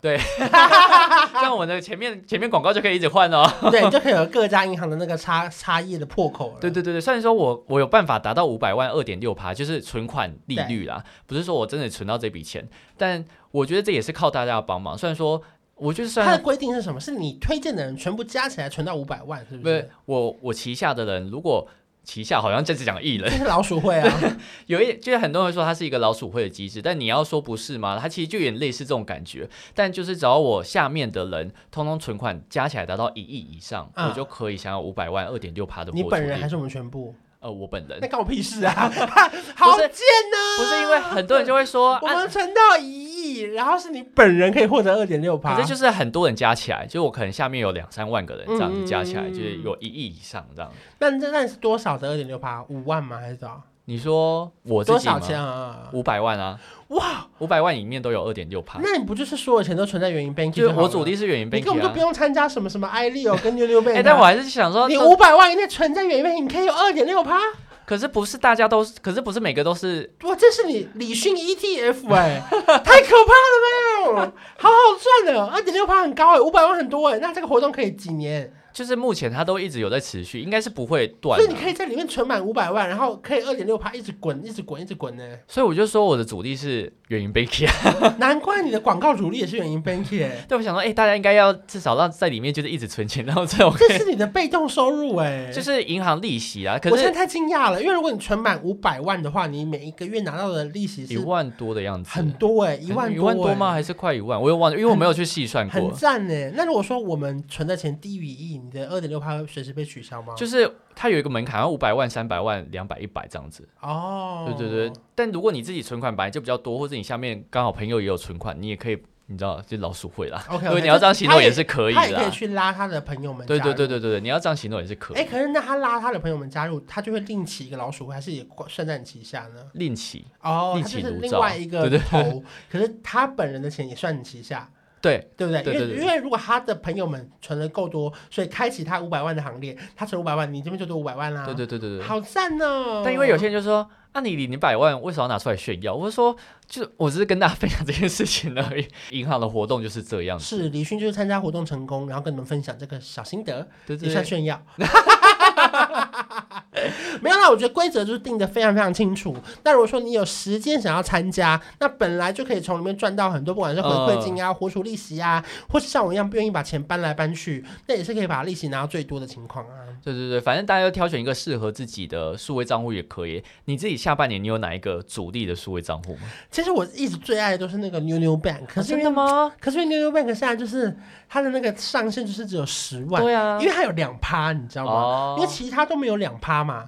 Speaker 1: 这样我的前面前面广告就可以一直换哦。
Speaker 2: 对，你就可以有各家银行的那个差差异的破口了。
Speaker 1: 对对对对，虽然说我我有办法达到五百万二点六趴，就是存款利率啦，不是说我真的存到这笔钱，但我觉得这也是靠大家的帮忙。虽然说，我就是虽
Speaker 2: 它
Speaker 1: 然
Speaker 2: 的规定是什么？是你推荐的人全部加起来存到五百万，是不
Speaker 1: 不是
Speaker 2: 是？
Speaker 1: 我我旗下的人，如果旗下好像这次讲艺
Speaker 2: 这
Speaker 1: 人，
Speaker 2: 是老鼠会啊！
Speaker 1: 有一就是很多人说它是一个老鼠会的机制，但你要说不是吗？它其实就有点类似这种感觉，但就是只要我下面的人通通存款加起来达到一亿以上，
Speaker 2: 啊
Speaker 1: 我就可以享有五百万二点六趴的获
Speaker 2: 你
Speaker 1: 利。
Speaker 2: 本人还是我们全部？
Speaker 1: 呃我本人
Speaker 2: 那。干我屁事 啊！好贱啊呐！
Speaker 1: 不是因为很多人就会说，
Speaker 2: 我
Speaker 1: 啊
Speaker 2: 们存到一亿，然后是你本人可以获得二点六趴，
Speaker 1: 可是就是很多人加起来，就我可能下面有两三万个人这样子加起来，
Speaker 2: 嗯
Speaker 1: 就是有一亿以上这样。
Speaker 2: 那那那是多少的二点六趴？五万吗？还是多少？
Speaker 1: 你说我自
Speaker 2: 多
Speaker 1: 己吗
Speaker 2: 少？钱啊？
Speaker 1: 五百万啊，
Speaker 2: 哇，
Speaker 1: 五百万里面都有二点六趴，
Speaker 2: 那你不就是所有钱都存在原银 bank？
Speaker 1: 就是我主
Speaker 2: 主力，
Speaker 1: 力是远银
Speaker 2: 你根
Speaker 1: bank
Speaker 2: 本就不
Speaker 1: 啊。
Speaker 2: 用参加什么什么 i 利哦跟六六
Speaker 1: 哎、
Speaker 2: 倍。
Speaker 1: 但我还是想说，
Speaker 2: 你
Speaker 1: 都
Speaker 2: 五百万以内存在原银 bank，你可以有二点六趴。
Speaker 1: 可是不是大家都是，可是不是每个都是。
Speaker 2: 哇，这是你理讯 ETF 哎、 太可怕了呗！好好赚的，二点六趴很高哎、5五百万很多哎、那这个活动可以几年？
Speaker 1: 就是目前它都一直有在持续，应该是不啊会断
Speaker 2: 所以你
Speaker 1: 的、
Speaker 2: 可以在里面存满五百万，然后可以二点六趴一直滚，一直滚，一直滚呢、
Speaker 1: 所以我就说我的主力是远银 bank 啊。
Speaker 2: 难怪你的广告主力也是原银 bank 哎、
Speaker 1: 对，我想说，哎、大家应该要至少让在里面就是一直存钱，然后这种
Speaker 2: 这是你的被动收入哎、
Speaker 1: 就是银行利息啊。可
Speaker 2: 我现在
Speaker 1: 是
Speaker 2: 太惊讶了，因为如果你存满五百万的话，你每一个月拿到的利息
Speaker 1: 一
Speaker 2: 是
Speaker 1: 万多的样子，
Speaker 2: 很多哎、一
Speaker 1: 可能
Speaker 2: 万多、
Speaker 1: 一万多吗？？还是快一万？我又忘了，因为我没有去细算
Speaker 2: 很
Speaker 1: 过。
Speaker 2: 赞呢、那如果说我们存的钱低于一亿，你的二点六趴会随时被取消吗？
Speaker 1: 就是它有一个门槛，要五百万、三百万、两百、一百这样子。
Speaker 2: 哦，
Speaker 1: 对对对。但如果你自己存款本来就比较多，或者你下面刚好朋友也有存款，你也可以，你知道，就老鼠会啦。
Speaker 2: OK，
Speaker 1: 如果你要这样行动也是可以
Speaker 2: 他也可以
Speaker 1: 啦。
Speaker 2: 去拉他的朋友们。
Speaker 1: 对对对。对对对，你要这样行动也是可
Speaker 2: 哎、
Speaker 1: 以。
Speaker 2: 可是那他拉他的朋友们加入，他就会另起一个老鼠会，还是也算在你旗下呢？
Speaker 1: 另起
Speaker 2: 哦，
Speaker 1: 另
Speaker 2: 他就
Speaker 1: 起
Speaker 2: 是
Speaker 1: 炉
Speaker 2: 另
Speaker 1: 灶
Speaker 2: 外一个
Speaker 1: 对对
Speaker 2: 头，可是他本人的钱也算你旗下，
Speaker 1: 对，
Speaker 2: 对不对？
Speaker 1: 对对
Speaker 2: 因
Speaker 1: 对
Speaker 2: 为因为如果他的朋友们存的够多，所以开启他五百万的行列，他存五百万，你这边就多五百万啦。
Speaker 1: 对对对对对。
Speaker 2: 好赞哦！
Speaker 1: 但因为有些人就说。那、你领百万为什么要拿出来炫耀？我就说，就是我只是跟大家分享这件事情而已。银行的活动就是这样子，
Speaker 2: 是李勋就是参加活动成功，然后跟你们分享这个小心得，
Speaker 1: 对
Speaker 2: 也
Speaker 1: 对
Speaker 2: 算
Speaker 1: 对，
Speaker 2: 炫耀。 没有啦，我觉得规则就是定的非常非常清楚。那如果说你有时间想要参加，那本来就可以从里面赚到很多，不管是回
Speaker 1: 嗯
Speaker 2: 馈金啊、活出利息啊，或是像我一样不愿意把钱搬来搬去，那也是可以把利息拿到最多的情况啊。
Speaker 1: 对对对，反正大家要挑选一个适合自己的数位账户也可以。你自己下半年你有哪一个主力的数位账户吗？
Speaker 2: 其实我一直最爱的都是那个妞妞 bank，可是因为、
Speaker 1: 啊吗？
Speaker 2: 可是因为妞妞 bank 现在就是它的那个上限就是只有十万，
Speaker 1: 对啊
Speaker 2: 因，为它有两趴，你知道吗？
Speaker 1: 哦
Speaker 2: 因为其他都没有两趴嘛，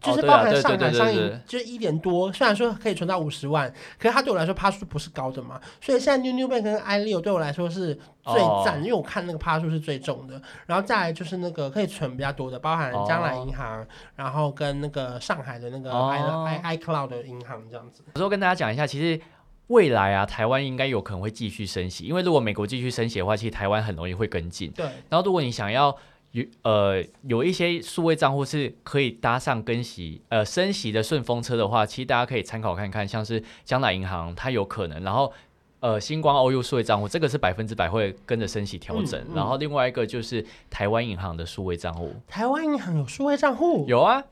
Speaker 2: 就
Speaker 1: 哦
Speaker 2: 是
Speaker 1: 对
Speaker 2: 包
Speaker 1: 啊
Speaker 2: 含
Speaker 1: 对
Speaker 2: 上
Speaker 1: 对
Speaker 2: 海
Speaker 1: 对
Speaker 2: 上
Speaker 1: 对
Speaker 2: 影
Speaker 1: 对
Speaker 2: 就一点多，虽然说可以存到五十万，可是它对我来说趴数不是高的嘛，所以现在 New New Bank 跟 i l e o 对我来说是最赞，
Speaker 1: 哦
Speaker 2: 因为我看那个趴数是最重的，然后再来就是那个可以存比较多的，包含江南银行，然后跟那个上海的那个 i、
Speaker 1: 哦
Speaker 2: i iCloud 的银行这样子。
Speaker 1: 我说跟大家讲一下，其实。未来啊，台湾应该有可能会继续升息，因为如果美国继续升息的话，其实台湾很容易会跟进。
Speaker 2: 对，
Speaker 1: 然后，如果你想要有呃有一些数位账户是可以搭上跟息呃升息的顺风车的话，其实大家可以参考看看，像是江南银行它有可能，然后呃星光 OU 数位账户，这个是百分之百会跟着升息调整。
Speaker 2: 嗯嗯
Speaker 1: 然后另外一个就是台湾银行的数位账户，
Speaker 2: 台湾银行有数位账户，
Speaker 1: 有啊，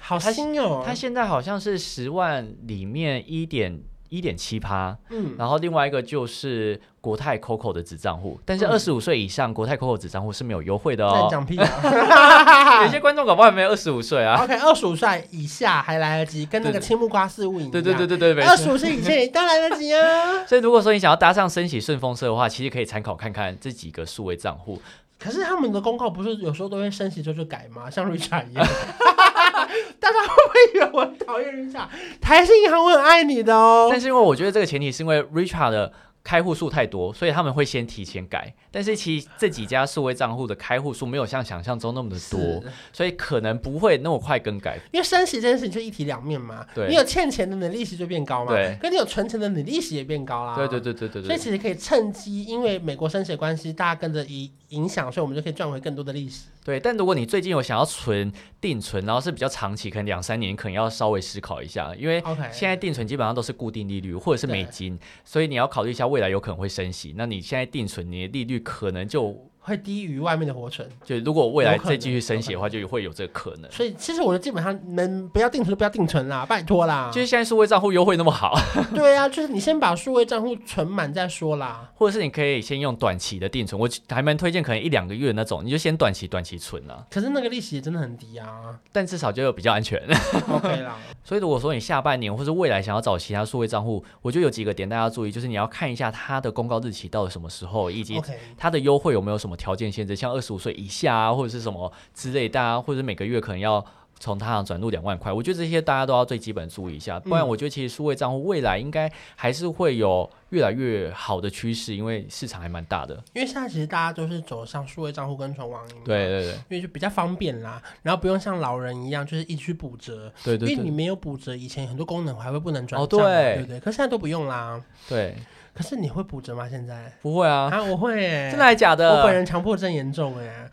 Speaker 2: 好新哦。
Speaker 1: 它现在好像是十万里面一点一点七趴，
Speaker 2: 嗯，
Speaker 1: 然后另外一个就是国泰 COCO 的子账户，但是
Speaker 2: 嗯
Speaker 1: 二十五岁以上国泰 COCO 子账户是没有优惠的
Speaker 2: 那
Speaker 1: 哦
Speaker 2: 你。讲屁 啊
Speaker 1: 有些观众搞不好还没有二十五岁啊。
Speaker 2: ！OK，二十五岁以下还来得及，跟那个
Speaker 1: 对
Speaker 2: 青木瓜事务一哦 样。
Speaker 1: 对对对对对，没
Speaker 2: 二
Speaker 1: 错
Speaker 2: 十五岁以前也当然来得及啊。
Speaker 1: 所以如果说你想要搭上升息顺风车的话，其实可以参考看看这几个数位账户。
Speaker 2: 可是他们的公告不是有时候都会升息之后就改吗？像 Richard 一样， 大家会不会以为我很讨厌 Richard？台新银行我很爱你的哦
Speaker 1: 但。是因为我觉得这个前提是因为 Richard 的开户数太多，所以他们会先提前改。但是其实这几家数位账户的开户数没有像想象中那么的多，
Speaker 2: 是
Speaker 1: 所以可能不会那么快更改。
Speaker 2: 因为升息这件事情就一体两面嘛，
Speaker 1: 对
Speaker 2: 你有欠钱的，你的利息就变高嘛，
Speaker 1: 对
Speaker 2: 跟你有存钱的，你利息也变高啦。
Speaker 1: 对对对对对
Speaker 2: 啊所
Speaker 1: 对。
Speaker 2: 以其实可以趁机，因为美国升息的关系，大家跟着影影响，所以我们就可以赚回更多的利息。
Speaker 1: 对，但如果你最近有想要存定存，然后是比较长期，可能两三年，可能要稍微思考一下，因为
Speaker 2: OK，
Speaker 1: 现在定存基本上都是固定利率或者是美
Speaker 2: 对
Speaker 1: 金，所以你要考虑一下未来有可能会升息。那你现在定存，你的利率可能就
Speaker 2: 会低于外面的活存，
Speaker 1: 就如果未来
Speaker 2: 有可能
Speaker 1: 再继续升息的话，就会有这个可能。
Speaker 2: 所以其实我觉得基本上能不要定存就不要定存啦，拜托 啦。
Speaker 1: 就是现在数位账户优惠那么好，
Speaker 2: 对啊，就是你先把数位账户存满再说啦。
Speaker 1: 或者是你可以先用短期的定存，我还蛮推荐，可能一两个月那种，你就先短期短期存啊，
Speaker 2: 可是那个利息也真的很低啊。
Speaker 1: 但至少就有比较安全。
Speaker 2: OK 啦，
Speaker 1: 所以如果说你下半年或是未来想要找其他数位账户，我觉得有几个点大家要注意，就是你要看一下它的公告日期到底什么时候，以及
Speaker 2: OK，
Speaker 1: 它的优惠有没有什么条件限制，像二十五岁以下啊，或者是什么之类，大家或者每个月可能要。从他行转入两万块，我觉得这些大家都要最基本注意一下，
Speaker 2: 嗯
Speaker 1: 不然我觉得其实数位账户未来应该还是会有越来越好的趋势，因为市场还蛮大的。
Speaker 2: 因为现在其实大家都是走向数位账户跟存网银，，
Speaker 1: 对对对
Speaker 2: 因为就比较方便啦，然后不用像老人一样就是一直去补折，
Speaker 1: 对对
Speaker 2: 因为你
Speaker 1: 对
Speaker 2: 没有补折，以前很多功能还会不能转
Speaker 1: 哦
Speaker 2: 账嘛、
Speaker 1: 对
Speaker 2: 对不对？可是现在都不用啦。
Speaker 1: 对，
Speaker 2: 可是你会补折吗？现在
Speaker 1: 不会啊，
Speaker 2: 啊，我会、欸，
Speaker 1: 真的还假
Speaker 2: 我本
Speaker 1: 的？
Speaker 2: 人强迫症严重哎、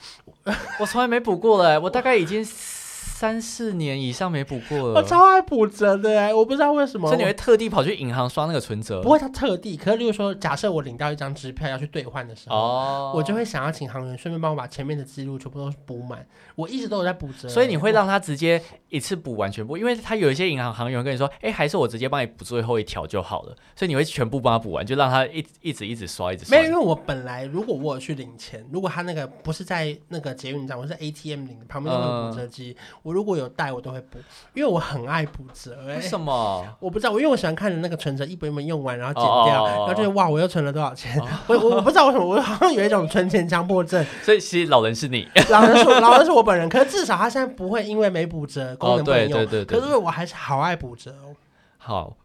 Speaker 2: 欸，
Speaker 1: 我从来没补过了，我大概已经三四年以上没补过
Speaker 2: 我
Speaker 1: 了。
Speaker 2: 哦超爱补折的哎、我不知道为什么。
Speaker 1: 呃所以你会特地跑去银行刷那个存折？
Speaker 2: 不会，他特地。可是，例如说，假设我领到一张支票要去兑换的时候，
Speaker 1: 哦，
Speaker 2: 我就会想要请行员顺便帮我把前面的记录全部都补满。我一直都有在补折，
Speaker 1: 所以你会让他直接一次补完全部，因为他有一些银行行员跟你说，哎、还是我直接帮你补最后一条就好了，所以你会全部帮他补完，就让他一一直一直刷，一直刷
Speaker 2: 没有，。因为我本来如果我有去领钱，如果他那个不是在那个捷运站，我是 ATM 领的，旁边都
Speaker 1: 嗯
Speaker 2: 有补折机，我如果有带我都会补，因为我很爱补折、
Speaker 1: 为
Speaker 2: 哎，
Speaker 1: 什么？
Speaker 2: 我不知道，我因为我喜欢看着那个存折一本一本用完，然后剪掉，
Speaker 1: 哦哦哦哦哦
Speaker 2: 然后就是哇，我又存了多少钱？我我我不知道为什么，我好像有一种存钱强迫症。
Speaker 1: 所以其实老人是你，
Speaker 2: 老人是我老人是我本人，可是至少他现在不会因为没补折功
Speaker 1: 哦，
Speaker 2: 能不能
Speaker 1: 对
Speaker 2: 用。
Speaker 1: 对对对
Speaker 2: 可是我还是好爱补折哦。
Speaker 1: 好，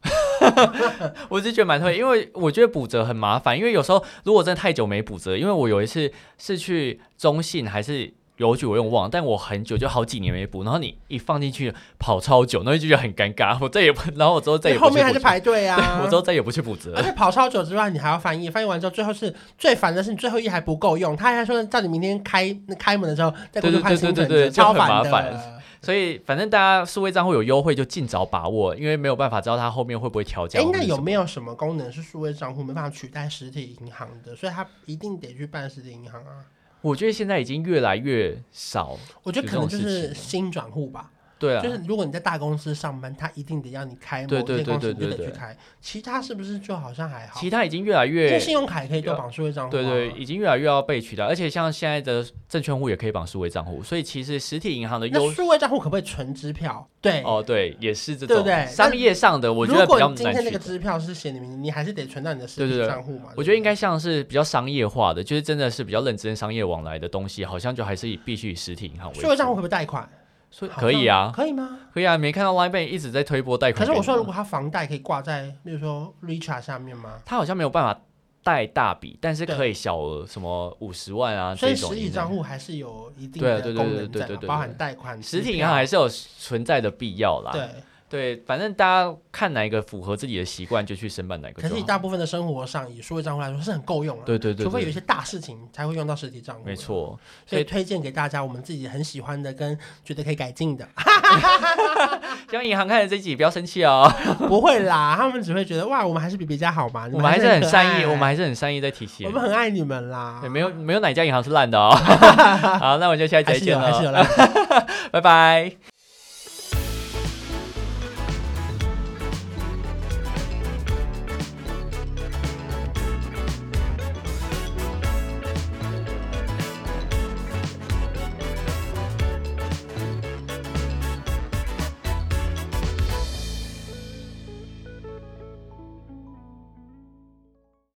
Speaker 1: 我是觉得蛮特别，因为我觉得补折很麻烦，因为有时候如果真的太久没补折，因为我有一次是去中信还是邮局，我用忘了，但我很久就好几年没补，然后你一放进去跑超久，那就觉得很尴尬，我再也不，然后我之后再也
Speaker 2: 你
Speaker 1: 不去
Speaker 2: 后面还
Speaker 1: 补
Speaker 2: 是
Speaker 1: 折
Speaker 2: 排队啊
Speaker 1: 对，我之。后再也不去补折了，
Speaker 2: 而且跑超久之外，你还要翻译，翻译完之后，最后是最烦的是你最后一还不够用，他还说叫你明天开那开门的时候再过去换新存
Speaker 1: 对对对对
Speaker 2: 折，
Speaker 1: 对就
Speaker 2: 超
Speaker 1: 很
Speaker 2: 烦
Speaker 1: 麻
Speaker 2: 的
Speaker 1: 烦。所以反正大家数位账户有优惠就尽早把握，因为没有办法知道它后面会不会调价
Speaker 2: 哎
Speaker 1: 或，者
Speaker 2: 那
Speaker 1: 是什么。
Speaker 2: 有没有什么功能是数位账户没办法取代实体银行的？所以他一定得去办实体银行啊。
Speaker 1: 我觉得现在已经越来越少，
Speaker 2: 我觉得可能就
Speaker 1: 有这种
Speaker 2: 是
Speaker 1: 事情啊
Speaker 2: 新转户吧，
Speaker 1: 对啊，
Speaker 2: 就是如果你在大公司上班，他一定得要你开某
Speaker 1: 对
Speaker 2: 一
Speaker 1: 对对
Speaker 2: 间公
Speaker 1: 对
Speaker 2: 司，你就
Speaker 1: 对
Speaker 2: 得去
Speaker 1: 对
Speaker 2: 开。其他是不是就好像还好？
Speaker 1: 其他已经越来越
Speaker 2: 这信用卡也可以做绑数位账户、啊，
Speaker 1: 对对，，已经越来越要被取代，而且像现在的证券户也可以绑数位账户，所以其实实体银行的
Speaker 2: 那
Speaker 1: 优
Speaker 2: 数位账户可不可以存支票？对，
Speaker 1: 哦，对，也是这
Speaker 2: 对不
Speaker 1: 种
Speaker 2: 对
Speaker 1: 商业上的，我觉得
Speaker 2: 如
Speaker 1: 比
Speaker 2: 果
Speaker 1: 较
Speaker 2: 你今
Speaker 1: 难
Speaker 2: 天那
Speaker 1: 取
Speaker 2: 个
Speaker 1: 代。
Speaker 2: 支票是写你名字，你还是得存到你的实
Speaker 1: 对
Speaker 2: 体
Speaker 1: 对对
Speaker 2: 账户嘛。
Speaker 1: 我觉得
Speaker 2: 对
Speaker 1: 应
Speaker 2: 不对
Speaker 1: 该像是比较商业化的，就是真的是比较认真商业往来的东西，好像就还是以必须以实体银行为主。
Speaker 2: 数位账户可不可以贷款？
Speaker 1: 所以
Speaker 2: 好
Speaker 1: 可以
Speaker 2: 像
Speaker 1: 啊，
Speaker 2: 可以吗？
Speaker 1: 可以啊，没看到 Line Bank 一直在推波贷
Speaker 2: 可
Speaker 1: 款给你
Speaker 2: 是
Speaker 1: 吗。啊
Speaker 2: 我说，如果他房贷可以挂在，例如说 Richard 下面吗？
Speaker 1: 他好像没有办法贷大笔，但是
Speaker 2: 对
Speaker 1: 可以小额，什么五十万啊
Speaker 2: 所
Speaker 1: 这
Speaker 2: 以
Speaker 1: 种
Speaker 2: 实
Speaker 1: 以内。
Speaker 2: 体账户还是有一定
Speaker 1: 对啊
Speaker 2: 的
Speaker 1: 对对
Speaker 2: 功
Speaker 1: 对
Speaker 2: 能
Speaker 1: 对
Speaker 2: 在
Speaker 1: 对
Speaker 2: 嘛，
Speaker 1: 对
Speaker 2: 包
Speaker 1: 对
Speaker 2: 含贷款、
Speaker 1: 实
Speaker 2: 支
Speaker 1: 体银
Speaker 2: 票
Speaker 1: 行还是有存在的必要啦。
Speaker 2: 对。
Speaker 1: 对，反正大家看哪一个符合自己的习惯，就去申办哪个
Speaker 2: 可
Speaker 1: 就是
Speaker 2: 以
Speaker 1: 好。
Speaker 2: 大部分的生活上，以数位账户来说是很够用了、
Speaker 1: 啊对对对
Speaker 2: 除非有一
Speaker 1: 对，
Speaker 2: 些大事情才会用到实体账户。
Speaker 1: 没，错。哎
Speaker 2: 所
Speaker 1: 所
Speaker 2: 以
Speaker 1: 以
Speaker 2: 推荐给大家我们自己很喜欢的跟觉得可以改进的。
Speaker 1: 希望银行看了这一集不要生气 哦，
Speaker 2: 不会啦，他们只会觉得哇，我们还是比别家好嘛。你
Speaker 1: 我们还是很
Speaker 2: 可
Speaker 1: 善意，
Speaker 2: 爱
Speaker 1: 我们还是很哎善意在提醒
Speaker 2: 哎我。们很爱你们啦
Speaker 1: 对，。没有 没有哪一家银行是烂的哦。好，那我们就下一集再
Speaker 2: 还是
Speaker 1: 见
Speaker 2: 有，还是
Speaker 1: 了，
Speaker 2: 有啦。
Speaker 1: 拜拜。